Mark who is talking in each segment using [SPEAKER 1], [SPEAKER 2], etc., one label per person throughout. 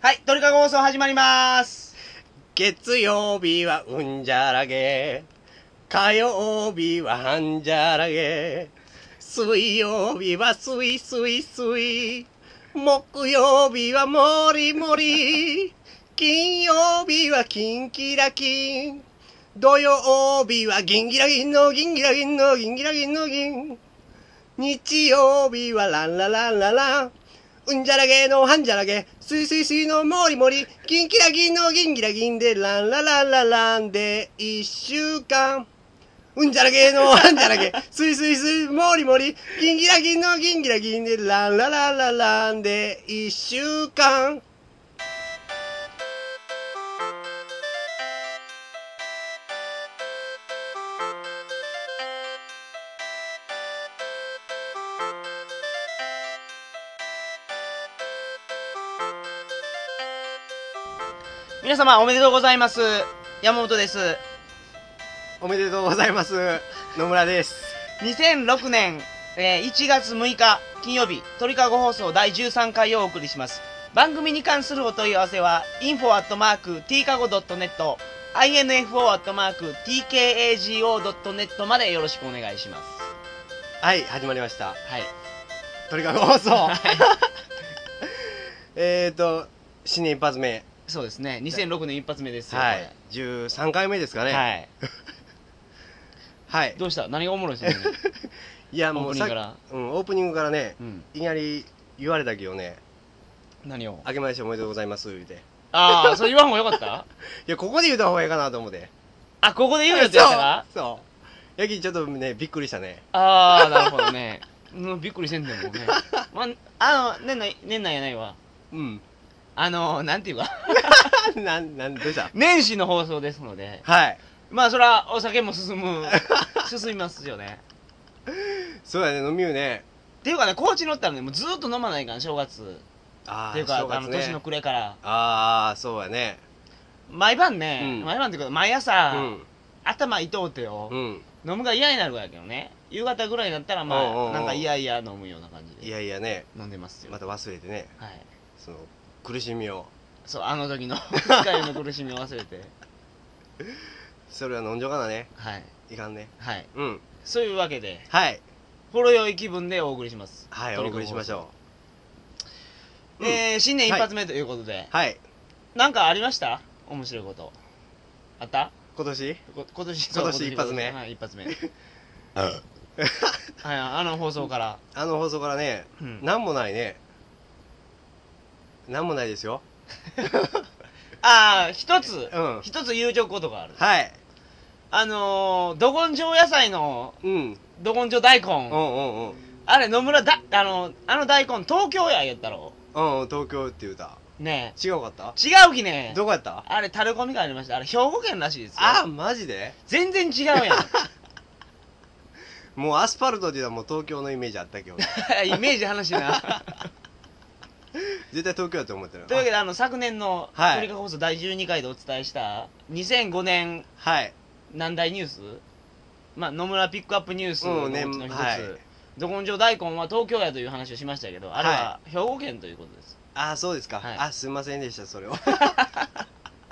[SPEAKER 1] はい、鳥かご放送始まります。
[SPEAKER 2] 月曜日はうんじゃらげ。火曜日は半じゃらげ。水曜日はすいすいすい。木曜日はもりもり。金曜日はキンキラキン。土曜日はギンギラギンのギンギラギンのギンギラギンのギン。日曜日はランラランララン。うんじゃらげのはんじゃらげ、すいすいすいのもりもり、ギンキラギンのギンギラギンで、ランラララランで、一週間。うんじゃらげのはんじゃらげ、すいすいすいもりもり、ギンギラギンのギンギラギンで、ランラララランで、一週間。
[SPEAKER 1] 皆様おめでとうございます。山本です。
[SPEAKER 2] おめでとうございます。野村です。
[SPEAKER 1] 2006年、えー1月6日金曜日、鳥かご放送第13回をお送りします。番組に関するお問い合わせは、info.tkago.net、info.tkago.net までよろしくお願いします。
[SPEAKER 2] はい、始まりました。
[SPEAKER 1] はい。
[SPEAKER 2] 鳥かご放送
[SPEAKER 1] はい
[SPEAKER 2] えーと、新年一発目。
[SPEAKER 1] そうですね。2006年一発目ですよ。
[SPEAKER 2] はい。13回目ですか
[SPEAKER 1] これ
[SPEAKER 2] ね。
[SPEAKER 1] はい。
[SPEAKER 2] はい。
[SPEAKER 1] どうした何がおもろいですかね
[SPEAKER 2] いや、
[SPEAKER 1] オー
[SPEAKER 2] もう
[SPEAKER 1] プニン
[SPEAKER 2] さ
[SPEAKER 1] グ
[SPEAKER 2] っき
[SPEAKER 1] か
[SPEAKER 2] う
[SPEAKER 1] ら。
[SPEAKER 2] ん、オープニングからね、
[SPEAKER 1] うん。
[SPEAKER 2] いきなり言われたけどね、
[SPEAKER 1] 何を
[SPEAKER 2] 明けましておめでとうございます、言うて。い
[SPEAKER 1] ああ、それ言わん方がよかった
[SPEAKER 2] や、ここで言うた方がいいかなと思って。
[SPEAKER 1] あ、ここで言うやつやったか
[SPEAKER 2] そうそう。やき、ちょっとね、びっくりしたね。
[SPEAKER 1] ああ、なるほどね。うん、びっくりせんで もね。まあ、あの、年内、年内やないわ。
[SPEAKER 2] うん。
[SPEAKER 1] あの、なんていうか、
[SPEAKER 2] なん、なん、どうした
[SPEAKER 1] 年始の放送ですので、
[SPEAKER 2] はい。
[SPEAKER 1] まあ、そら、お酒も進 む、進みますよね。
[SPEAKER 2] そうやね、飲みよね。
[SPEAKER 1] っていうかね、高知におったらね、もうずーっと飲まないから、正月。
[SPEAKER 2] ああ、
[SPEAKER 1] っていうか、
[SPEAKER 2] 正
[SPEAKER 1] あ
[SPEAKER 2] 月
[SPEAKER 1] の、
[SPEAKER 2] ね
[SPEAKER 1] 年の暮れから。
[SPEAKER 2] ああ、そうやね。
[SPEAKER 1] 毎晩ね、
[SPEAKER 2] うん
[SPEAKER 1] 毎晩っていうか、毎
[SPEAKER 2] う
[SPEAKER 1] 朝、
[SPEAKER 2] ん。
[SPEAKER 1] 頭痛うてよ、
[SPEAKER 2] うん。
[SPEAKER 1] 飲むが嫌になるからやけどね。夕方ぐらいになったら、ま
[SPEAKER 2] おうおうお
[SPEAKER 1] あ、
[SPEAKER 2] う
[SPEAKER 1] なんか嫌々飲むような感
[SPEAKER 2] い
[SPEAKER 1] じで、
[SPEAKER 2] やいやね、
[SPEAKER 1] 飲んでますよ。
[SPEAKER 2] また忘れてね、
[SPEAKER 1] はい。
[SPEAKER 2] その、苦しみを。
[SPEAKER 1] そう、あの時の、 機械の苦しみを忘れて。
[SPEAKER 2] それは飲んじょかなね。
[SPEAKER 1] はい。
[SPEAKER 2] いかんね。
[SPEAKER 1] はい。
[SPEAKER 2] うん。
[SPEAKER 1] そういうわけで、
[SPEAKER 2] はい。
[SPEAKER 1] ほろ酔い気分でお送りします。
[SPEAKER 2] はい、
[SPEAKER 1] ト
[SPEAKER 2] お
[SPEAKER 1] リコ
[SPEAKER 2] 送りしましょう。うん
[SPEAKER 1] えー、新年一発目ということで、
[SPEAKER 2] はい。
[SPEAKER 1] なんかありました面白いこと。あった
[SPEAKER 2] 今年
[SPEAKER 1] こ今年、
[SPEAKER 2] 今年
[SPEAKER 1] そう
[SPEAKER 2] 一発目
[SPEAKER 1] はい、一発目。 はい、あの放送から。
[SPEAKER 2] あの放送からね、
[SPEAKER 1] うん
[SPEAKER 2] なんもないね。なんもないですよ。
[SPEAKER 1] ああ、一つ、
[SPEAKER 2] うん。
[SPEAKER 1] 一つ言うちょくことがある。
[SPEAKER 2] はい。
[SPEAKER 1] あのー、ど根性野菜の、
[SPEAKER 2] うん。うん
[SPEAKER 1] ど根性大
[SPEAKER 2] う
[SPEAKER 1] 根。
[SPEAKER 2] んうん。
[SPEAKER 1] あれ、野村だ、あの、あの大根、東京ややったろ。
[SPEAKER 2] うんうん、東京って言うた。
[SPEAKER 1] ね
[SPEAKER 2] 違うかった
[SPEAKER 1] え。違うきね。
[SPEAKER 2] どこやった
[SPEAKER 1] あれ、タレコミがありました。あれ、兵庫県らしいですよ。
[SPEAKER 2] あ、マジで
[SPEAKER 1] 全然違う やん。
[SPEAKER 2] もうアスファルトって言うたらもう東京のイメージあったけ ど、
[SPEAKER 1] イメージ話な。
[SPEAKER 2] 絶対東京やと思ってる。
[SPEAKER 1] というわけで、あの、昨年の、
[SPEAKER 2] はい
[SPEAKER 1] トリカ放送第12回でお伝えした、2005年
[SPEAKER 2] はい。
[SPEAKER 1] 難題ニュースまあ、野村ピックアップニュースの
[SPEAKER 2] う、
[SPEAKER 1] うんち
[SPEAKER 2] ね、
[SPEAKER 1] の一つ、
[SPEAKER 2] はい。
[SPEAKER 1] ど根性大根は東京やという話をしましたけど、あれは兵庫県ということです。
[SPEAKER 2] あ、そうですか。
[SPEAKER 1] はい
[SPEAKER 2] あ、すいませんでした、それは。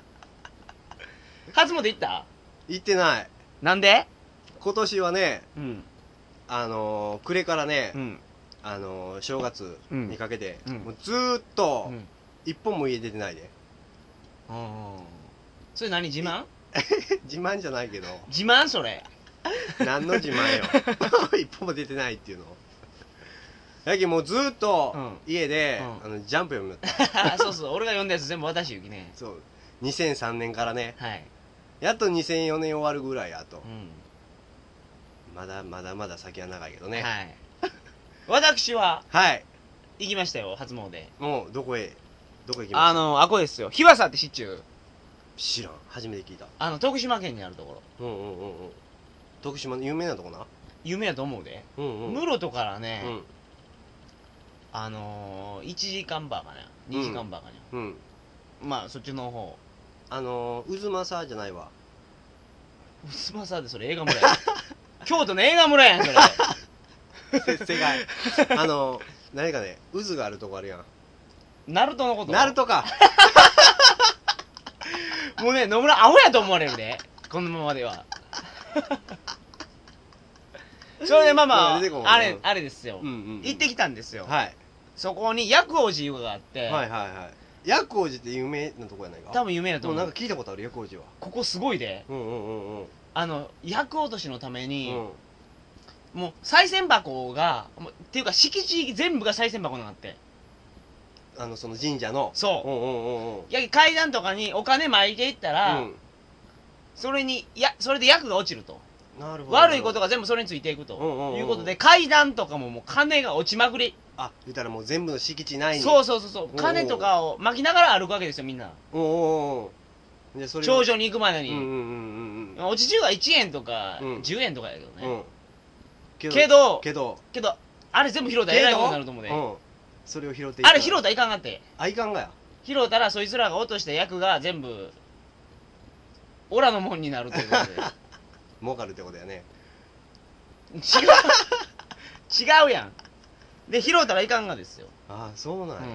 [SPEAKER 1] 初詣行った
[SPEAKER 2] 行ってない。
[SPEAKER 1] なんで
[SPEAKER 2] 今年はね、
[SPEAKER 1] うん。
[SPEAKER 2] あのー、暮れからね、
[SPEAKER 1] うん。
[SPEAKER 2] あのー、正月にかけて、
[SPEAKER 1] うん
[SPEAKER 2] もうずーっと、一本も家出てないで。
[SPEAKER 1] うん。それ何自慢
[SPEAKER 2] 自慢じゃないけど、
[SPEAKER 1] 自慢それ。
[SPEAKER 2] 何の自慢よ。 一本も出てないっていうの。やけんもうずーっと
[SPEAKER 1] うん
[SPEAKER 2] 家で、
[SPEAKER 1] う
[SPEAKER 2] あのジャンプ読む
[SPEAKER 1] そうそう、俺が読んだやつ全部私ゆきね。
[SPEAKER 2] そう2003年からね
[SPEAKER 1] はい。
[SPEAKER 2] やっと2004年終わるぐらいやと
[SPEAKER 1] うん。
[SPEAKER 2] まだまだまだ先は長いけどねはい、
[SPEAKER 1] はい。私は行きましたよ、初詣。
[SPEAKER 2] もうどこへどこへ行き
[SPEAKER 1] あ
[SPEAKER 2] まし
[SPEAKER 1] の、あこですよ。日和佐って市中。
[SPEAKER 2] た知らん初めて聞いた
[SPEAKER 1] あの、徳島県にあるところ。
[SPEAKER 2] うんうんうんうん徳島の有名なとこな
[SPEAKER 1] 有名やと思うで。
[SPEAKER 2] うんうん
[SPEAKER 1] 室戸からね、
[SPEAKER 2] うん
[SPEAKER 1] あのー、1時間バーかな。2時間バーかな。
[SPEAKER 2] うん
[SPEAKER 1] まあ、そっちの方。
[SPEAKER 2] あのー、渦政じゃないわ
[SPEAKER 1] すまさでそれ映画村 や。京都の映画村やん、それ。
[SPEAKER 2] 世界あのー、何かね渦があるとこあるやん
[SPEAKER 1] ナルトのこと
[SPEAKER 2] ナルトか。
[SPEAKER 1] もうね、野村アホやと思われるで。このままで は。それでまあまあ
[SPEAKER 2] 出てこん、
[SPEAKER 1] あれ、あれですよ
[SPEAKER 2] うん。うん。
[SPEAKER 1] 行ってきたんですよ。
[SPEAKER 2] はい。
[SPEAKER 1] そこに薬王寺いうのがあっ
[SPEAKER 2] は
[SPEAKER 1] て、
[SPEAKER 2] いはいはい。薬王寺って有名なとこやないか。
[SPEAKER 1] 多分有名だと
[SPEAKER 2] もう
[SPEAKER 1] 思
[SPEAKER 2] なん
[SPEAKER 1] う
[SPEAKER 2] か。聞いたことある、薬王寺は。
[SPEAKER 1] ここすごいで。
[SPEAKER 2] うんうんうんうん。
[SPEAKER 1] あの、薬落としのために、
[SPEAKER 2] うん
[SPEAKER 1] もう、賽銭箱が、もうっていうか敷地全部が賽銭箱なんだって。
[SPEAKER 2] あの、その神社の。
[SPEAKER 1] そう
[SPEAKER 2] うんうんうんうん。
[SPEAKER 1] いや階段とかにお金巻いていったら、
[SPEAKER 2] うん
[SPEAKER 1] それに、いや、それで役が落ちると。
[SPEAKER 2] なるほど。
[SPEAKER 1] 悪いことが全部それについていく
[SPEAKER 2] うんうんうん
[SPEAKER 1] と。いうことで、階段とかももう金が落ちまくり。
[SPEAKER 2] あ、言ったらもう全部の敷地内に。
[SPEAKER 1] そう
[SPEAKER 2] そ
[SPEAKER 1] そうそうそう
[SPEAKER 2] お。う
[SPEAKER 1] 金とかを巻きながら歩くわけですよ、みんな。
[SPEAKER 2] う。うんうんうん。で、それを
[SPEAKER 1] 頂上に行くまで
[SPEAKER 2] うんうん
[SPEAKER 1] に。
[SPEAKER 2] うんうん
[SPEAKER 1] 落ち中が1円とか、
[SPEAKER 2] うん
[SPEAKER 1] 10円とかやけど
[SPEAKER 2] うん。う
[SPEAKER 1] ね。
[SPEAKER 2] ん。け
[SPEAKER 1] けど、
[SPEAKER 2] けど、
[SPEAKER 1] けど、あれ全部拾うたらえらいことになると思うで。
[SPEAKER 2] うん。それを拾ってい
[SPEAKER 1] あれ拾う
[SPEAKER 2] う
[SPEAKER 1] たらいかんがって。
[SPEAKER 2] あ、いかんがや。
[SPEAKER 1] 拾うたらそいつらが落とした役が全部、オラのもんになるということ で。
[SPEAKER 2] 儲かるってことやね。
[SPEAKER 1] 違う違うやんで拾うたらいかんがですよ、
[SPEAKER 2] ああ、そうなんや。
[SPEAKER 1] う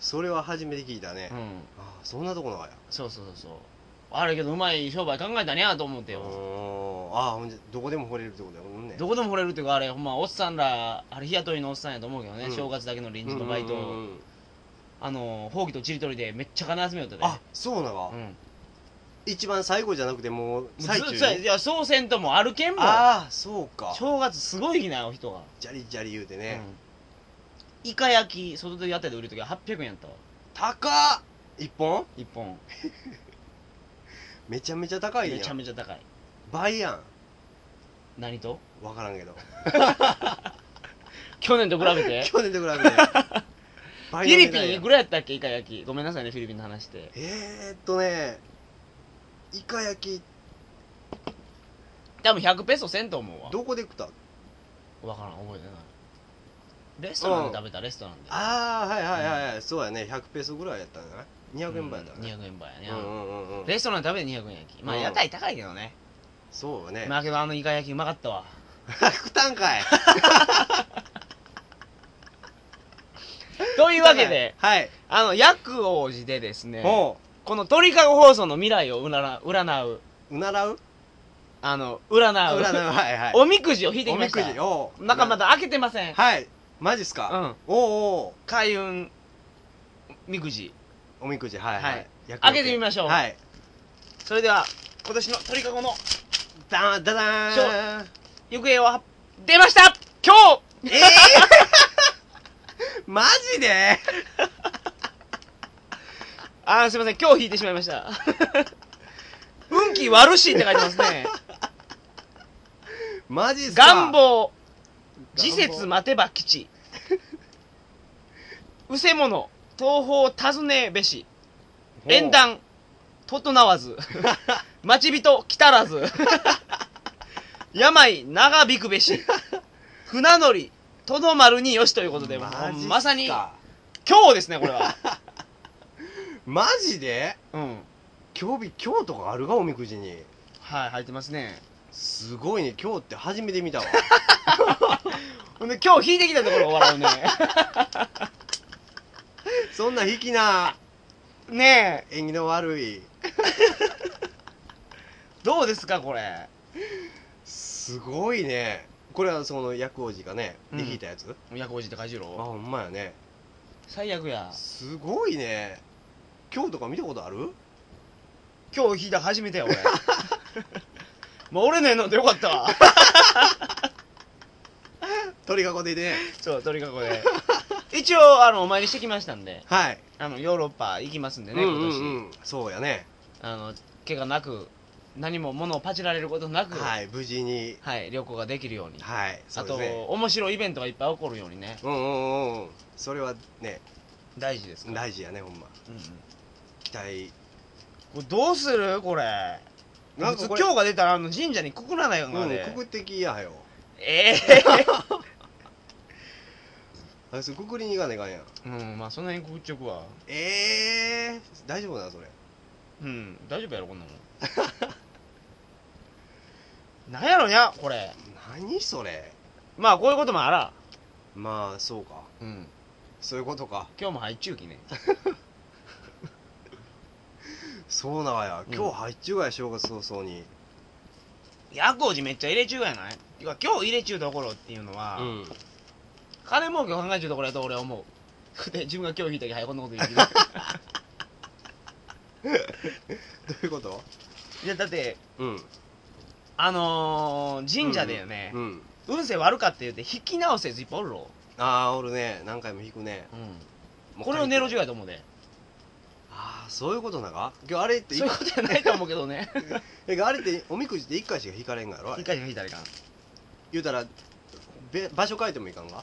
[SPEAKER 2] それは初めて聞いたね。
[SPEAKER 1] ん、うん、
[SPEAKER 2] ああ、そんなとこながや。
[SPEAKER 1] そうそうそうそうあれけどうまい商売考えたねやと思って
[SPEAKER 2] う
[SPEAKER 1] よ
[SPEAKER 2] ーんああ、ほんじゃ、どこでも掘れるってことやもんね。
[SPEAKER 1] どこでも掘れるっていうかあれほんまおっさんらあれ日雇いのおっさんやと思うけどね、
[SPEAKER 2] うん
[SPEAKER 1] 正月だけの臨時のバイト、
[SPEAKER 2] うんうんうん
[SPEAKER 1] あのほうきとちりとりでめっちゃ金集めよったで
[SPEAKER 2] あ、そうなが
[SPEAKER 1] うん、もう
[SPEAKER 2] 一番最後じゃなくてもう
[SPEAKER 1] ず
[SPEAKER 2] 最中
[SPEAKER 1] っといや総選とも歩けんもん
[SPEAKER 2] ああそうか
[SPEAKER 1] 正月すごい日なよ人が、
[SPEAKER 2] ジャリジャリ言うてね、
[SPEAKER 1] うん、イカ焼き外で屋台で売るときは800円やったわ
[SPEAKER 2] 高っ一本
[SPEAKER 1] 1本
[SPEAKER 2] めちゃめちゃ高いやん
[SPEAKER 1] めちゃめちゃ高い
[SPEAKER 2] 倍や
[SPEAKER 1] 何と
[SPEAKER 2] んわからんけど
[SPEAKER 1] 去年と比べ て
[SPEAKER 2] 去年と比べて
[SPEAKER 1] フ
[SPEAKER 2] 倍
[SPEAKER 1] ィリピンいく
[SPEAKER 2] ぐらい
[SPEAKER 1] らやったっけイカ焼きごめんなさいねフィリピンの話して
[SPEAKER 2] えー、っとねイカ焼き
[SPEAKER 1] 多分100ペソせんと思うわ
[SPEAKER 2] どこで食った
[SPEAKER 1] わからん覚えてないレストランで食べたレストランで
[SPEAKER 2] ああはいはいはいはい、そうやね100ペソぐらいやったんじゃない200円倍だ
[SPEAKER 1] うん
[SPEAKER 2] ね、
[SPEAKER 1] 200円倍やね
[SPEAKER 2] うん、うんうんうん
[SPEAKER 1] レストランで食べて200円焼きまあ
[SPEAKER 2] うん
[SPEAKER 1] 屋台高いけどね、
[SPEAKER 2] そうね、
[SPEAKER 1] まあけどあのイカ焼きうまかったわ
[SPEAKER 2] 食ったんかい
[SPEAKER 1] というわけ で
[SPEAKER 2] はい、
[SPEAKER 1] あの薬王寺でですねこ
[SPEAKER 2] も
[SPEAKER 1] の鳥かご放送の未来をうなら占う
[SPEAKER 2] ううならう
[SPEAKER 1] あの占う
[SPEAKER 2] 占うはいはい
[SPEAKER 1] おみくじを引いてき
[SPEAKER 2] お
[SPEAKER 1] ま
[SPEAKER 2] み
[SPEAKER 1] し
[SPEAKER 2] くじ
[SPEAKER 1] た
[SPEAKER 2] おう
[SPEAKER 1] なんかまだ開けてません
[SPEAKER 2] はいマジっすか、
[SPEAKER 1] うん
[SPEAKER 2] おうおう
[SPEAKER 1] 開運みくじ
[SPEAKER 2] おみくじはいはい、
[SPEAKER 1] はい
[SPEAKER 2] 厄除
[SPEAKER 1] 開けてみましょう
[SPEAKER 2] はい
[SPEAKER 1] それでは今年の鳥かごの
[SPEAKER 2] ダンダダ
[SPEAKER 1] しょ
[SPEAKER 2] ーン
[SPEAKER 1] 行方は出ました今日
[SPEAKER 2] ええ マジで
[SPEAKER 1] あーすいません今日引いてしまいました 運気悪しって書いてます ね
[SPEAKER 2] マジっすか
[SPEAKER 1] 願望時節待てば 吉うせ者東方尋ねべし
[SPEAKER 2] ほう
[SPEAKER 1] 縁談整わ ず待ち人来たらず病長引くべし船乗りとどまるによしということで
[SPEAKER 2] マジっすか
[SPEAKER 1] まさに今日ですねこれ は
[SPEAKER 2] マジで
[SPEAKER 1] うん
[SPEAKER 2] 今日日今日とかあるがおみくじに
[SPEAKER 1] はい入ってますね
[SPEAKER 2] すごいね今日って初めて見た わ
[SPEAKER 1] ほんで今日引いてきたところが笑うね
[SPEAKER 2] そんな引きな
[SPEAKER 1] ねえ
[SPEAKER 2] 縁起の悪い
[SPEAKER 1] どうですかこれ
[SPEAKER 2] すごいねこれはその薬王子がね、
[SPEAKER 1] うん
[SPEAKER 2] で引いたやつ
[SPEAKER 1] 親子おじってじろ
[SPEAKER 2] あほんまやね
[SPEAKER 1] 最悪や
[SPEAKER 2] すごいね今日とか見たことある
[SPEAKER 1] 今日引いた初めてや俺 もう俺の絵なんてよかった わ
[SPEAKER 2] 鳥かごでね
[SPEAKER 1] そう鳥かご で一応あのお参りしてきましたんで
[SPEAKER 2] はい
[SPEAKER 1] あのヨーロッパ行きますんでね
[SPEAKER 2] う
[SPEAKER 1] 今
[SPEAKER 2] んうん
[SPEAKER 1] 年、
[SPEAKER 2] うんそうやね
[SPEAKER 1] あの怪我なく何も物をパチられることなくはい、
[SPEAKER 2] はい無事に
[SPEAKER 1] 旅行ができるように、
[SPEAKER 2] はいそ
[SPEAKER 1] あ
[SPEAKER 2] う
[SPEAKER 1] と、
[SPEAKER 2] ですね
[SPEAKER 1] 面白いイベントがいっぱい起こるようにね
[SPEAKER 2] うんうんうんうんそれはね
[SPEAKER 1] 大事ですから、
[SPEAKER 2] 大事やねほんま
[SPEAKER 1] うんうん
[SPEAKER 2] 期待
[SPEAKER 1] これどうするこれ
[SPEAKER 2] なんかこれ
[SPEAKER 1] 今日が出たらあの神社にくくらないかな、あれ
[SPEAKER 2] うん国的やはよ
[SPEAKER 1] え
[SPEAKER 2] あそれくくりに行かねえかんやん
[SPEAKER 1] えうんまあそんなにくくっちゃくわ
[SPEAKER 2] ええー、大丈夫なそれ
[SPEAKER 1] うん大丈夫やろこ んなもんなんやろにゃこれ
[SPEAKER 2] 何それ
[SPEAKER 1] まあこういうこともあら
[SPEAKER 2] まあそうか
[SPEAKER 1] うん
[SPEAKER 2] そういうことか
[SPEAKER 1] 今日も入っちゅうきね。
[SPEAKER 2] そうなんや
[SPEAKER 1] うん
[SPEAKER 2] 今日入っちゅうがや正月早々に
[SPEAKER 1] 薬王寺めっちゃ入れちゅうやないてか今日入れちゅうところっていうのは、
[SPEAKER 2] ん
[SPEAKER 1] 金儲けを考えちゅうところやと俺は思う。 で、自分が今日引いたき、はい、こんな こと言うけど。
[SPEAKER 2] どういうこと
[SPEAKER 1] いや、だって、
[SPEAKER 2] うん
[SPEAKER 1] あのー、神社でよね、
[SPEAKER 2] うん
[SPEAKER 1] 運勢悪かった言うて引き直せずいっぱいおるろ。
[SPEAKER 2] ああおるね何回も弾くね
[SPEAKER 1] うん。
[SPEAKER 2] もう一
[SPEAKER 1] これ
[SPEAKER 2] 回
[SPEAKER 1] をネロ中やと思うで。
[SPEAKER 2] ああそういうことなんか今日あれって
[SPEAKER 1] そういうことじゃないと思うけど ね。
[SPEAKER 2] えあれっておみくじって一回しか引かれんがやろあれ
[SPEAKER 1] 一回しか引いたらいかん。
[SPEAKER 2] 言うたらべ場所変えてもいかんが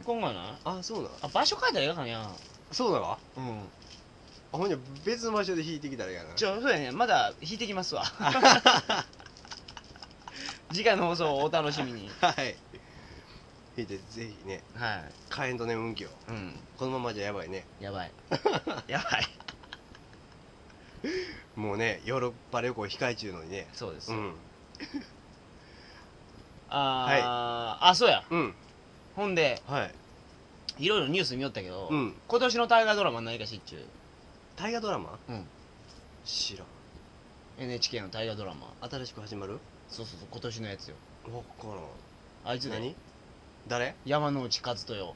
[SPEAKER 1] いかんがな。
[SPEAKER 2] あそうなん
[SPEAKER 1] あ、場所変えたらいかんかんやん。
[SPEAKER 2] そうなのあ
[SPEAKER 1] うん。
[SPEAKER 2] ほんじゃ別の場所で引いてきたらいいやな
[SPEAKER 1] ちょ、そうやね。まだ引いてきます わ。次回の放送をお楽しみに。
[SPEAKER 2] はい引いてぜひね
[SPEAKER 1] はい。
[SPEAKER 2] 火炎とね運気を
[SPEAKER 1] うん。
[SPEAKER 2] このままじゃやばいね
[SPEAKER 1] や ばい。やばい。
[SPEAKER 2] もうねヨーロッパ旅行控え中のにね
[SPEAKER 1] そうです。
[SPEAKER 2] うん
[SPEAKER 1] あー、あ、そうや。
[SPEAKER 2] うん
[SPEAKER 1] ほんで、
[SPEAKER 2] はい
[SPEAKER 1] いろいろニュース見よったけど、
[SPEAKER 2] うん
[SPEAKER 1] 今年の大河ドラマ何か知っちゅう。
[SPEAKER 2] 大河ドラマ
[SPEAKER 1] うん
[SPEAKER 2] 知らん
[SPEAKER 1] NHK の大河ドラマ。
[SPEAKER 2] 新しく始まる
[SPEAKER 1] そうそうそう、今年のやつよ。
[SPEAKER 2] 分からん
[SPEAKER 1] あいつで、
[SPEAKER 2] 何誰
[SPEAKER 1] 山之内和豊よ。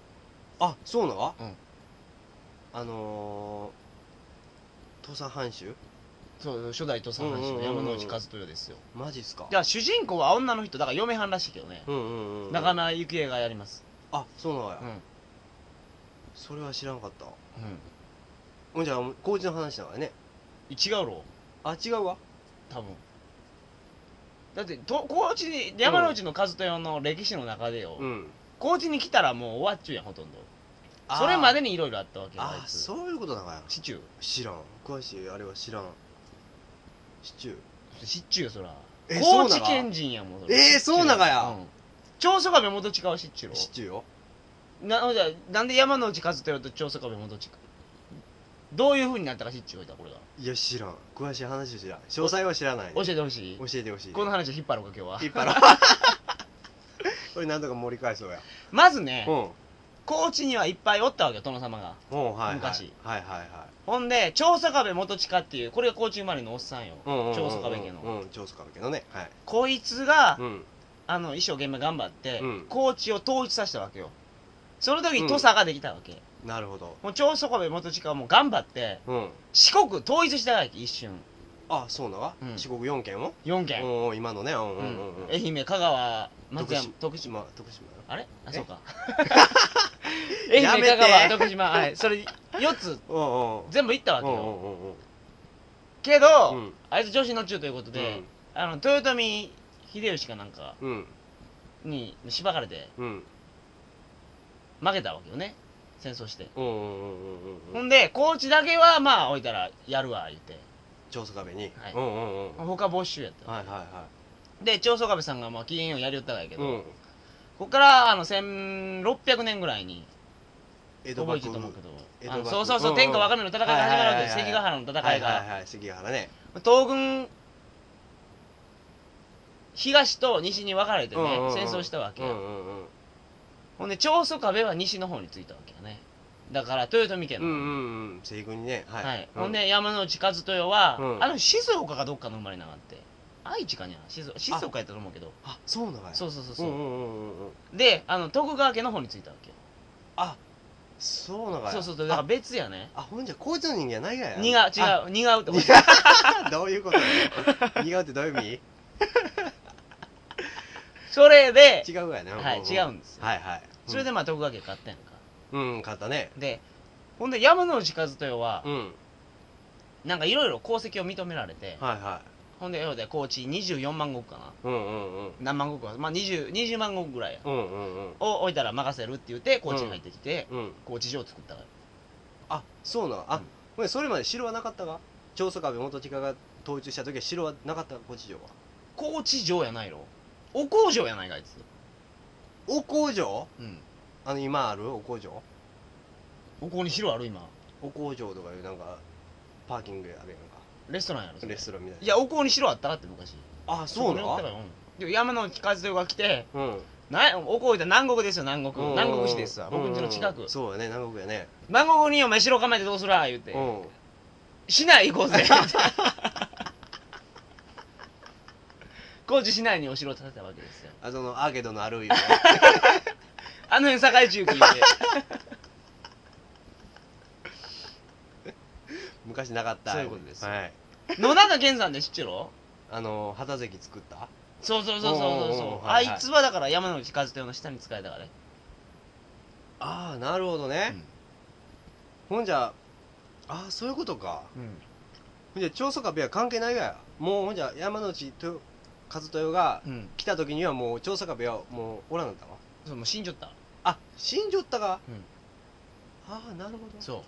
[SPEAKER 2] あそうなの
[SPEAKER 1] うん
[SPEAKER 2] あのー土佐藩主
[SPEAKER 1] そう、初代土佐藩士の山之内和豊ですよ。
[SPEAKER 2] マジっすか
[SPEAKER 1] じゃあ、主人公は女の人、だから嫁はんらしいけどね。
[SPEAKER 2] うんうんうん
[SPEAKER 1] 中村幸恵がやります。
[SPEAKER 2] あそうなのや
[SPEAKER 1] うん。うん。
[SPEAKER 2] それは知らんかったほんじゃあ工事の話だからね
[SPEAKER 1] 違うろ
[SPEAKER 2] あ違うわ
[SPEAKER 1] 多分だってと高知に山之内の和豊の歴史の中でよ、
[SPEAKER 2] うん
[SPEAKER 1] 高知に来たらもう終わっちゅうやんほとんどそれまで
[SPEAKER 2] に
[SPEAKER 1] にいろいろあったわけよあ
[SPEAKER 2] あ
[SPEAKER 1] いつ
[SPEAKER 2] そういうことだから
[SPEAKER 1] シチュー
[SPEAKER 2] 知らん詳しいあれは知らんシチュー
[SPEAKER 1] シチューそら
[SPEAKER 2] え
[SPEAKER 1] 高
[SPEAKER 2] そうな
[SPEAKER 1] 知
[SPEAKER 2] が
[SPEAKER 1] 県人やもん
[SPEAKER 2] えーそうながや
[SPEAKER 1] うん長宗我部元親はシチュー
[SPEAKER 2] シ
[SPEAKER 1] ろ
[SPEAKER 2] チューよ
[SPEAKER 1] なほんじゃなんで山之内和豊と長宗我部元親どういうふうになったかシチュー置いたこれが
[SPEAKER 2] いや知らん詳しい話は知らん詳細は知らない、
[SPEAKER 1] 教
[SPEAKER 2] ね、
[SPEAKER 1] えてほしい
[SPEAKER 2] 教えてほしい
[SPEAKER 1] この話引っ張ろうか今日は
[SPEAKER 2] 引っ 張ろうこれなんとか盛り返そうや
[SPEAKER 1] まずね、
[SPEAKER 2] うん
[SPEAKER 1] 高知にはいっぱいおったわけよ殿様が
[SPEAKER 2] うんはいはい
[SPEAKER 1] 昔
[SPEAKER 2] はいはいは
[SPEAKER 1] ほんで、長坂部元親っていう、これが高知生まれのおっさんよ。
[SPEAKER 2] いうんうんうんうん
[SPEAKER 1] 長宗我部家の。
[SPEAKER 2] うん長宗我部家のねはい
[SPEAKER 1] こいつが
[SPEAKER 2] う、ん
[SPEAKER 1] あの、一生懸命頑張って
[SPEAKER 2] うん、
[SPEAKER 1] 高知を統一させたわけよ。その時
[SPEAKER 2] うん
[SPEAKER 1] に土佐ができたわけ。
[SPEAKER 2] なるほど
[SPEAKER 1] もう長宗我部元親はもう頑張って、
[SPEAKER 2] うん
[SPEAKER 1] 四国統一したわけ、一瞬。
[SPEAKER 2] あそうなわ、
[SPEAKER 1] うん
[SPEAKER 2] 四国四県を
[SPEAKER 1] 4
[SPEAKER 2] う
[SPEAKER 1] 県。
[SPEAKER 2] んうん今のねうん
[SPEAKER 1] う
[SPEAKER 2] うんうんう
[SPEAKER 1] ん
[SPEAKER 2] ん、
[SPEAKER 1] 愛媛、香川、松山、
[SPEAKER 2] 徳
[SPEAKER 1] 徳島。
[SPEAKER 2] 島徳島
[SPEAKER 1] あれあ、
[SPEAKER 2] え
[SPEAKER 1] そうか。愛
[SPEAKER 2] やめて
[SPEAKER 1] 媛、香川、徳島。はい。それ、4つ
[SPEAKER 2] うんうん
[SPEAKER 1] 全部行ったわ
[SPEAKER 2] う
[SPEAKER 1] け
[SPEAKER 2] んう
[SPEAKER 1] よ。
[SPEAKER 2] んうんうん
[SPEAKER 1] け
[SPEAKER 2] う
[SPEAKER 1] ど、
[SPEAKER 2] ん
[SPEAKER 1] あいつ女子の中ということで、あの、豊臣秀吉かなんか
[SPEAKER 2] うん
[SPEAKER 1] に、しばかれて、
[SPEAKER 2] うん
[SPEAKER 1] 負けたわけよね戦争して、
[SPEAKER 2] うんうんうんうんうんう
[SPEAKER 1] ほ
[SPEAKER 2] ん
[SPEAKER 1] んで高知だけはまあ置いたらやるわ言って
[SPEAKER 2] 長宗我部に、
[SPEAKER 1] はい
[SPEAKER 2] うんうんうんはい
[SPEAKER 1] 他没収やった、
[SPEAKER 2] はいは
[SPEAKER 1] で長宗我部さんがまあ禁煙をやりよったがやけ
[SPEAKER 2] い
[SPEAKER 1] ど、
[SPEAKER 2] うん
[SPEAKER 1] こっからあの1600年ぐらいに
[SPEAKER 2] 江戸
[SPEAKER 1] 覚え
[SPEAKER 2] 幕
[SPEAKER 1] てると思う
[SPEAKER 2] 府
[SPEAKER 1] けど
[SPEAKER 2] 江戸
[SPEAKER 1] あの
[SPEAKER 2] 幕府
[SPEAKER 1] そうそう
[SPEAKER 2] うん
[SPEAKER 1] そううん天下分かれ目の戦いが始まるわけです
[SPEAKER 2] はいはい
[SPEAKER 1] 関
[SPEAKER 2] は
[SPEAKER 1] ヶ
[SPEAKER 2] い
[SPEAKER 1] 原の戦い
[SPEAKER 2] はいは
[SPEAKER 1] が
[SPEAKER 2] いはい関ヶ原ね
[SPEAKER 1] 東軍東と西に分かれてね、
[SPEAKER 2] うんうんうん
[SPEAKER 1] 戦争したわけ
[SPEAKER 2] うん
[SPEAKER 1] や、
[SPEAKER 2] うんうん
[SPEAKER 1] ほんで長宗我部は西の方についたわけやねだから豊臣家
[SPEAKER 2] う
[SPEAKER 1] の、
[SPEAKER 2] んうんうん西軍にねはい、
[SPEAKER 1] はい、
[SPEAKER 2] うん
[SPEAKER 1] ほんで山之内和豊は、
[SPEAKER 2] うん
[SPEAKER 1] あの静岡かどっかの生まれながって愛知かにゃ静岡静岡やったと思うけど
[SPEAKER 2] あそうなのや
[SPEAKER 1] そうそうそうそう、
[SPEAKER 2] うんうんうんうんうん
[SPEAKER 1] であの徳川家の方に着いたわけよ
[SPEAKER 2] あそうなのや
[SPEAKER 1] そうそうそうだから
[SPEAKER 2] あ
[SPEAKER 1] 別やね
[SPEAKER 2] あほんじゃこいつの人間やないがや
[SPEAKER 1] 苦違う苦うってこと
[SPEAKER 2] う どういうこと や苦うってどういう意
[SPEAKER 1] それ で
[SPEAKER 2] 味違うがやね
[SPEAKER 1] はい違うんですよ、
[SPEAKER 2] はいはい
[SPEAKER 1] それで
[SPEAKER 2] も
[SPEAKER 1] まあ徳川家勝ったやんか
[SPEAKER 2] うんうん勝ったね
[SPEAKER 1] でほんで山之内和豊は
[SPEAKER 2] う、ん
[SPEAKER 1] なんかいろいろ功績を認められて、
[SPEAKER 2] はいはい
[SPEAKER 1] ほんでようで高知24万石かな
[SPEAKER 2] うんうんうん
[SPEAKER 1] 何万石かまあ 20, 20万石ぐらいや
[SPEAKER 2] うんうんうん
[SPEAKER 1] を置いたら任せるって言って高知に入ってきて、
[SPEAKER 2] うん
[SPEAKER 1] 高知城を作ったから
[SPEAKER 2] あそうなの
[SPEAKER 1] う
[SPEAKER 2] あ
[SPEAKER 1] ん
[SPEAKER 2] ほんでそれまで城はなかったが長宗我部元親が統一した時は城はなかったが高知城は
[SPEAKER 1] 高知城やないろお工場やないかあいつ
[SPEAKER 2] お工場
[SPEAKER 1] うん
[SPEAKER 2] あの今あるお工場
[SPEAKER 1] ここに城ある今
[SPEAKER 2] お工場とかいうなんかパーキングあるやんか
[SPEAKER 1] レストランやろそれ
[SPEAKER 2] レストランみたいない
[SPEAKER 1] やおこうに城あったらって昔
[SPEAKER 2] あそう
[SPEAKER 1] な
[SPEAKER 2] な
[SPEAKER 1] の
[SPEAKER 2] の
[SPEAKER 1] でも山之内和代が来て
[SPEAKER 2] うん
[SPEAKER 1] なおこういた南国ですよ南
[SPEAKER 2] うん
[SPEAKER 1] 国南国市ですわ僕んちの近
[SPEAKER 2] う
[SPEAKER 1] く
[SPEAKER 2] んそうやね南国やね
[SPEAKER 1] 南国にお前城構えてどうするわ言うて
[SPEAKER 2] うん
[SPEAKER 1] 市内行こう ぜ高知市内にお城を建てたわけですよ
[SPEAKER 2] あそのアーケードのある よね
[SPEAKER 1] あの辺境中期で
[SPEAKER 2] 昔なかった
[SPEAKER 1] そういうことです
[SPEAKER 2] はい
[SPEAKER 1] 野中健さんで知ってろ
[SPEAKER 2] あの畑関作った
[SPEAKER 1] そうそうそ
[SPEAKER 2] お
[SPEAKER 1] うそうそう
[SPEAKER 2] うおうお
[SPEAKER 1] そうう
[SPEAKER 2] は
[SPEAKER 1] あ
[SPEAKER 2] いはい
[SPEAKER 1] いつはだから山之内和豊の下に使えたからね
[SPEAKER 2] ああなるほどね、ほんじゃああそういうことかほんじゃ長宗我部は関係ないがやもうほんじゃ山之内と和豊が
[SPEAKER 1] うん、うん、
[SPEAKER 2] 来た時にはもう長宗我部はもうおらんかったわ
[SPEAKER 1] そうもう死んじゃった
[SPEAKER 2] あ死んじょったが、
[SPEAKER 1] うん
[SPEAKER 2] ああなるほど
[SPEAKER 1] そう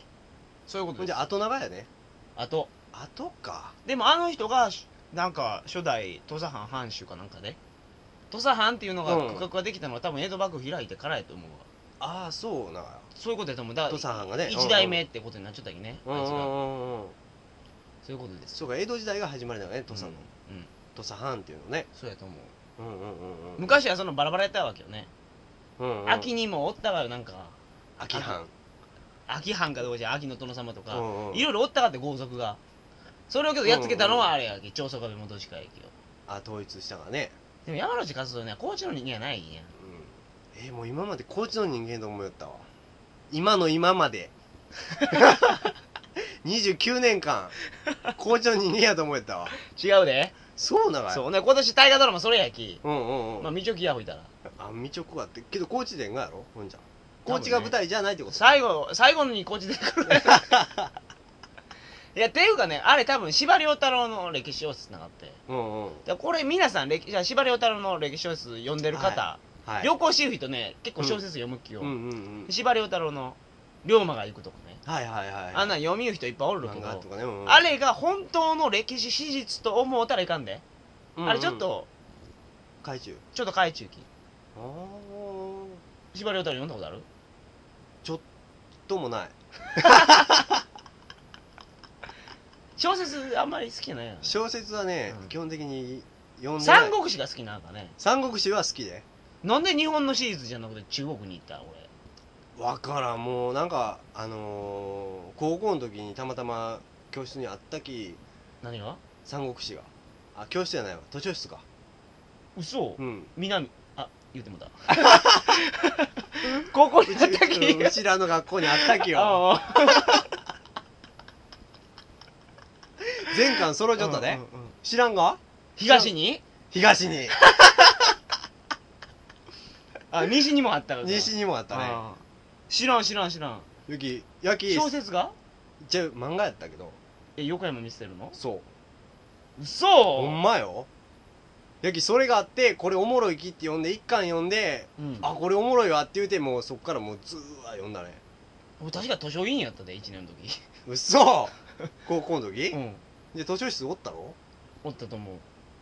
[SPEAKER 1] そういうこ
[SPEAKER 2] ほ
[SPEAKER 1] と
[SPEAKER 2] ん
[SPEAKER 1] で
[SPEAKER 2] じ
[SPEAKER 1] す
[SPEAKER 2] ゃ後長やね
[SPEAKER 1] あと
[SPEAKER 2] 後か
[SPEAKER 1] でもあの人がなんか初代土佐藩藩主かなんかで土佐藩っていうのが
[SPEAKER 2] うん
[SPEAKER 1] 区画ができたのは多分江戸幕府開いてからやと思うわ
[SPEAKER 2] ああそうな
[SPEAKER 1] そういうことやと思うだか
[SPEAKER 2] 土佐
[SPEAKER 1] ら
[SPEAKER 2] 藩がね
[SPEAKER 1] 一代目ってことになっちゃったきね
[SPEAKER 2] うん
[SPEAKER 1] あいつ
[SPEAKER 2] うん
[SPEAKER 1] が
[SPEAKER 2] うんうん
[SPEAKER 1] そういうことです
[SPEAKER 2] そうか江戸時代が始まりだよね土佐の、
[SPEAKER 1] うんうん
[SPEAKER 2] 土佐藩っていうのね
[SPEAKER 1] そうやと思う
[SPEAKER 2] うんうんうんうん
[SPEAKER 1] 昔はそのバラバラやったわけよね
[SPEAKER 2] うんうん
[SPEAKER 1] 秋にもおったわよなんか
[SPEAKER 2] 秋藩
[SPEAKER 1] 秋藩かどうかじゃ秋の殿様とか
[SPEAKER 2] うんうん
[SPEAKER 1] いろいろおったかって豪族がそれをけどやっつけたのはあれやけ長宗我部元親やけよ
[SPEAKER 2] あ統一したからね
[SPEAKER 1] でも山之内和夫ね高知の人間やないんや
[SPEAKER 2] うんえーもう今まで高知の人間と思いよったわ今の今ま で29年間高知の人間やと思いよったわ
[SPEAKER 1] 違うで
[SPEAKER 2] そうながい
[SPEAKER 1] そうね今年大河ドラマそれやき
[SPEAKER 2] うんうんうん、
[SPEAKER 1] まあみちょきや吹いたら
[SPEAKER 2] あみちょこがってけど高知でんがやろほんじゃ
[SPEAKER 1] 多分ね
[SPEAKER 2] 高知が舞台じゃないってこと
[SPEAKER 1] 最後最後にこっち出てくる いやっていうかねあれ多分司馬遼太郎の歴史小説なかって
[SPEAKER 2] うんうん
[SPEAKER 1] でこれ皆さん歴じゃあ司馬遼太郎の歴史小説読んでる方、
[SPEAKER 2] はい
[SPEAKER 1] 良好シフィとね結構小説読む気よ
[SPEAKER 2] うんうんうん
[SPEAKER 1] 司馬遼太郎の「龍馬が行く」とかね
[SPEAKER 2] はいはいはい
[SPEAKER 1] あんなん読みゆう人いっぱいおるけ
[SPEAKER 2] 漫画と
[SPEAKER 1] ど
[SPEAKER 2] かね、うん
[SPEAKER 1] あれが本当の歴史史実と思うたらいかんで、
[SPEAKER 2] うんうん
[SPEAKER 1] あれちょっと
[SPEAKER 2] 怪獣
[SPEAKER 1] ちょっと懐中記
[SPEAKER 2] あー
[SPEAKER 1] 司馬遼太郎読んだことある
[SPEAKER 2] どうもない
[SPEAKER 1] 小説あんまり好きじゃないよね
[SPEAKER 2] 小説はね、
[SPEAKER 1] うん
[SPEAKER 2] 基本的に読んでない
[SPEAKER 1] 三国志が好きなんかね
[SPEAKER 2] 三国志は好きで
[SPEAKER 1] なんで日本のシリーズじゃなくて中国に行った俺
[SPEAKER 2] わからんもうなんかあのー高校の時にたまたま教室にあったき
[SPEAKER 1] 何が
[SPEAKER 2] 三国志があ教室じゃないわ図書室か
[SPEAKER 1] 嘘
[SPEAKER 2] うん
[SPEAKER 1] 南あ言う てもうた高校に
[SPEAKER 2] う
[SPEAKER 1] 行った
[SPEAKER 2] ち
[SPEAKER 1] き
[SPEAKER 2] うんうちらの学校にあったきよ
[SPEAKER 1] ああ
[SPEAKER 2] 全巻揃えちょったね
[SPEAKER 1] うんうんうん
[SPEAKER 2] 知らんが
[SPEAKER 1] 東に
[SPEAKER 2] 東に
[SPEAKER 1] あ西にもあったから
[SPEAKER 2] 西にもあったね
[SPEAKER 1] ああ知らん知らん知らん
[SPEAKER 2] ゆきやき
[SPEAKER 1] 小説が
[SPEAKER 2] じゃあ漫画やったけど
[SPEAKER 1] え横山見せてるの
[SPEAKER 2] そう
[SPEAKER 1] 嘘
[SPEAKER 2] ほんまよやきそれがあってこれおもろいきって読んで一巻読んで
[SPEAKER 1] うん
[SPEAKER 2] あこれおもろいわって言うてもうそっからもうずーわ読んだね
[SPEAKER 1] 俺確か図書委員やったで1年の時
[SPEAKER 2] 嘘高校の時、
[SPEAKER 1] うん
[SPEAKER 2] で図書室おったろ
[SPEAKER 1] おったと思う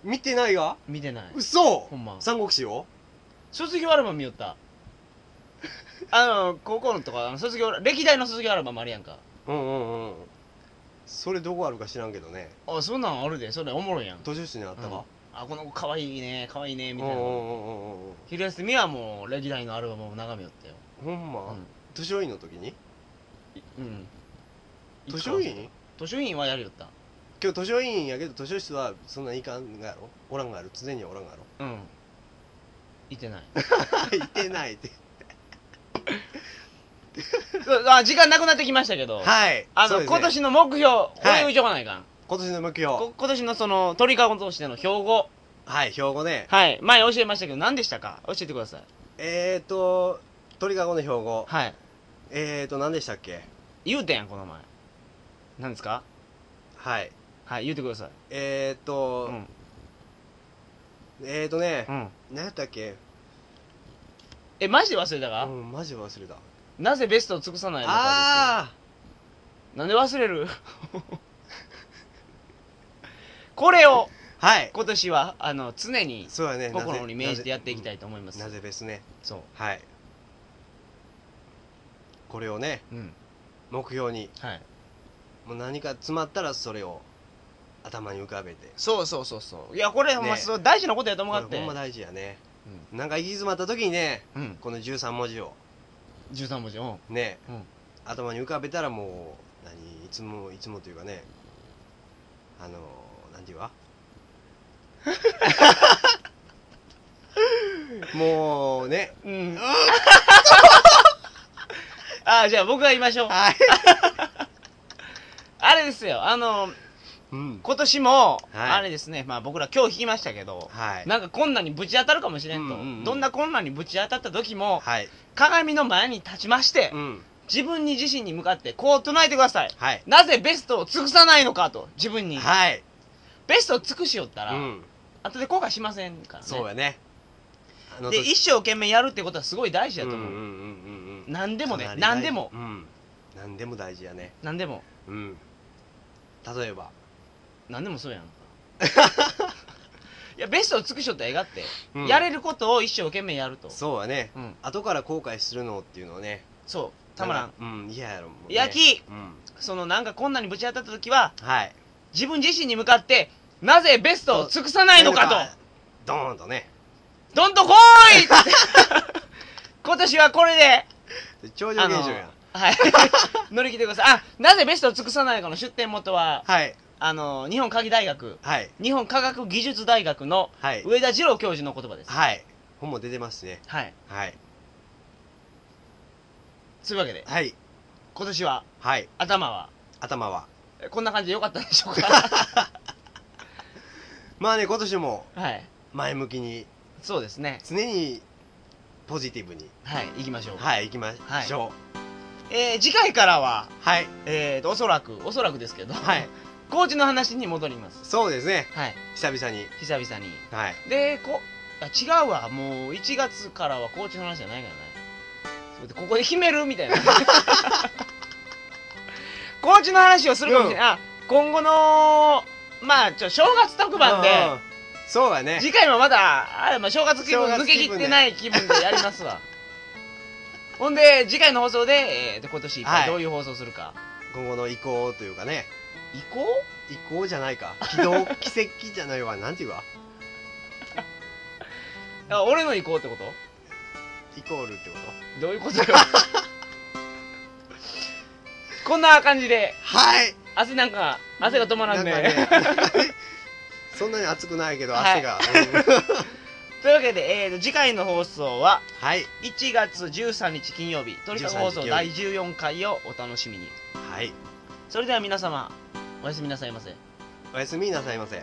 [SPEAKER 2] 見てないが
[SPEAKER 1] 見てない
[SPEAKER 2] 嘘
[SPEAKER 1] ほんま
[SPEAKER 2] 三国志を
[SPEAKER 1] 卒業アルバム見よった あの高校のとかあの卒業歴代の卒業アルバムあるやんか
[SPEAKER 2] うんうんうんそれどこあるか知らんけどね
[SPEAKER 1] あそんなんあるでそれおもろいやん
[SPEAKER 2] 図書室にあった
[SPEAKER 1] うん
[SPEAKER 2] か、
[SPEAKER 1] あこの子かわいいねかわいいね
[SPEAKER 2] うん、
[SPEAKER 1] みたい
[SPEAKER 2] うん
[SPEAKER 1] な
[SPEAKER 2] うんうんうん
[SPEAKER 1] 昼休みはもう歴代のアルバムを眺めよったよ
[SPEAKER 2] ほんま、
[SPEAKER 1] う
[SPEAKER 2] 図書院の時に
[SPEAKER 1] ん、うん、
[SPEAKER 2] 図書院
[SPEAKER 1] 図書院はやりよった
[SPEAKER 2] 今日図書院やけど図書室はそんなにいかんがやろおらんがやろ常にはおらんがや ろ
[SPEAKER 1] うん行ってない
[SPEAKER 2] いてないって
[SPEAKER 1] そうあ時間なくなってきましたけど
[SPEAKER 2] はい
[SPEAKER 1] あ
[SPEAKER 2] そう
[SPEAKER 1] の、
[SPEAKER 2] ですね
[SPEAKER 1] 今年の目標これ言うとかないかん、
[SPEAKER 2] 今年の目標
[SPEAKER 1] こ今年のその鳥かごとしての標語
[SPEAKER 2] はい標語ね
[SPEAKER 1] はい前教えましたけど何でしたか教えてください
[SPEAKER 2] えーと鳥籠の標語
[SPEAKER 1] はい
[SPEAKER 2] えーと何でしたっけ
[SPEAKER 1] 言うてんやんこの前何ですか
[SPEAKER 2] はい
[SPEAKER 1] はい言うてください
[SPEAKER 2] えーと、
[SPEAKER 1] うん
[SPEAKER 2] えーとね、
[SPEAKER 1] うん
[SPEAKER 2] 何やったっけ
[SPEAKER 1] えマジで忘れたか、
[SPEAKER 2] うんマジ忘れた
[SPEAKER 1] なぜベストを尽くさないのかです
[SPEAKER 2] あ
[SPEAKER 1] なんで忘れる これを
[SPEAKER 2] あはい
[SPEAKER 1] 今年はあの常に
[SPEAKER 2] そうやね
[SPEAKER 1] 心に銘じてやっていきた
[SPEAKER 2] い
[SPEAKER 1] いと思います
[SPEAKER 2] なぜですね
[SPEAKER 1] そ
[SPEAKER 2] はいこれをね
[SPEAKER 1] ううん
[SPEAKER 2] 目標に
[SPEAKER 1] はい
[SPEAKER 2] もう何か詰まったらそれを頭に浮かべて
[SPEAKER 1] そうそうそうそういやこれ、ほんま
[SPEAKER 2] ね
[SPEAKER 1] そう大事なことやと思うかっ
[SPEAKER 2] これ
[SPEAKER 1] て
[SPEAKER 2] ほんま大事やねなんか行き詰まった時にね、
[SPEAKER 1] うん
[SPEAKER 2] この13文字を
[SPEAKER 1] 13文字うん
[SPEAKER 2] ね、
[SPEAKER 1] うん
[SPEAKER 2] 頭に浮かべたらもう何いつもいつもというかねあの何て言う わもうね
[SPEAKER 1] うん。 あ、じゃあ僕が言いましょう。
[SPEAKER 2] はい、
[SPEAKER 1] あれですよ、あの、
[SPEAKER 2] うん、
[SPEAKER 1] 今年も、
[SPEAKER 2] はい
[SPEAKER 1] あれですね、まあ僕ら今日弾きましたけど、
[SPEAKER 2] はい
[SPEAKER 1] なんか困難にぶち当たるかもしれんと、
[SPEAKER 2] うんうんうん
[SPEAKER 1] どんな困難にぶち当たった時も、
[SPEAKER 2] はい
[SPEAKER 1] 鏡の前に立ちまして、
[SPEAKER 2] うん
[SPEAKER 1] 自分に自身に向かってこう唱えてください。
[SPEAKER 2] はい
[SPEAKER 1] なぜベストを尽くさないのかと、自分に。
[SPEAKER 2] はい、
[SPEAKER 1] ベストを尽くしよったら、
[SPEAKER 2] うん、
[SPEAKER 1] 後で後悔しませんからね。
[SPEAKER 2] そうやねあの
[SPEAKER 1] で、
[SPEAKER 2] 時
[SPEAKER 1] 一生懸命やるってことはすごい大事だと
[SPEAKER 2] うん
[SPEAKER 1] 思
[SPEAKER 2] うん
[SPEAKER 1] う。
[SPEAKER 2] うんうんうん
[SPEAKER 1] 何でもね
[SPEAKER 2] かな、り大事
[SPEAKER 1] 何でも
[SPEAKER 2] う、ん何でも大事やね
[SPEAKER 1] 何でも、
[SPEAKER 2] うん例えば、
[SPEAKER 1] 何でも そうやん。いや、ベストを尽くしよったらええがって。
[SPEAKER 2] うん
[SPEAKER 1] やれることを一生懸命やると。
[SPEAKER 2] そうやね
[SPEAKER 1] うん。
[SPEAKER 2] 後から後悔するのっていうのはね
[SPEAKER 1] そう。たまらん。
[SPEAKER 2] うん嫌やろもうね
[SPEAKER 1] 焼き
[SPEAKER 2] うん
[SPEAKER 1] そのなんか困難にぶち当たった時は、
[SPEAKER 2] はい
[SPEAKER 1] 自分自身に向かって、なぜベストを尽くさないのかと。
[SPEAKER 2] ドーンとね
[SPEAKER 1] どんと来い 今年はこれで、
[SPEAKER 2] 超常
[SPEAKER 1] あ
[SPEAKER 2] 現
[SPEAKER 1] の、
[SPEAKER 2] 象やん
[SPEAKER 1] はい。乗り切ってください。あ、なぜベストを尽くさないのかの出典元は、
[SPEAKER 2] はい
[SPEAKER 1] あの、日本科技大学、
[SPEAKER 2] はい
[SPEAKER 1] 日本科学技術大学の
[SPEAKER 2] はい
[SPEAKER 1] 上田二郎教授の言葉です。
[SPEAKER 2] はい本も出てますね
[SPEAKER 1] はい。
[SPEAKER 2] はい
[SPEAKER 1] そういうわけで、
[SPEAKER 2] はい
[SPEAKER 1] 今年は、
[SPEAKER 2] はい
[SPEAKER 1] 頭は、
[SPEAKER 2] 頭は
[SPEAKER 1] えこんな感じで良かったんでしょ うか
[SPEAKER 2] まあね今年も
[SPEAKER 1] はい。
[SPEAKER 2] 前向きに
[SPEAKER 1] そうですね。
[SPEAKER 2] 常にポジティブに
[SPEAKER 1] はい、行きましょう。
[SPEAKER 2] はい行きましょ
[SPEAKER 1] えー次回からは、
[SPEAKER 2] うはい
[SPEAKER 1] えーと、おそらく、おそらくですけど、
[SPEAKER 2] はい
[SPEAKER 1] コーチの話に戻ります。
[SPEAKER 2] そうですね
[SPEAKER 1] はい、
[SPEAKER 2] 久々に
[SPEAKER 1] 久々に。
[SPEAKER 2] はい
[SPEAKER 1] で、こ、あ違うわ、もう1月からはコーチの話じゃないからね。そうでここで決めるみたい な。コーチの話をするかもしれない。あ、今後の、まあ、ちょ、正月特番で、
[SPEAKER 2] うんうんそうや ね
[SPEAKER 1] 次回もまだ、あれ、まあ、正月気分
[SPEAKER 2] 正
[SPEAKER 1] 抜
[SPEAKER 2] 月
[SPEAKER 1] け
[SPEAKER 2] 気分ね
[SPEAKER 1] きってない気分でやりますわ。 ほんで、次回の放送で、えーと、今年いっぱ
[SPEAKER 2] はいい
[SPEAKER 1] どういう放送するか。
[SPEAKER 2] 今後の移行というかね
[SPEAKER 1] 移行
[SPEAKER 2] 移行じゃないか軌道奇跡じゃないわなんていうわ
[SPEAKER 1] あ俺の移行ってこと
[SPEAKER 2] イコールってこと
[SPEAKER 1] どうい うことよこんな感じで
[SPEAKER 2] はい
[SPEAKER 1] 汗なんか汗が止まらんね
[SPEAKER 2] なんかねそんなに熱くないけど
[SPEAKER 1] はい
[SPEAKER 2] 汗が、うん
[SPEAKER 1] というわけで、えーと次回の放送は
[SPEAKER 2] はい
[SPEAKER 1] 1月13日金曜日鳥かご放送
[SPEAKER 2] 13
[SPEAKER 1] 第14回をお楽しみに
[SPEAKER 2] はい
[SPEAKER 1] それでは皆様おやすみなさいませ
[SPEAKER 2] おやすみなさいませ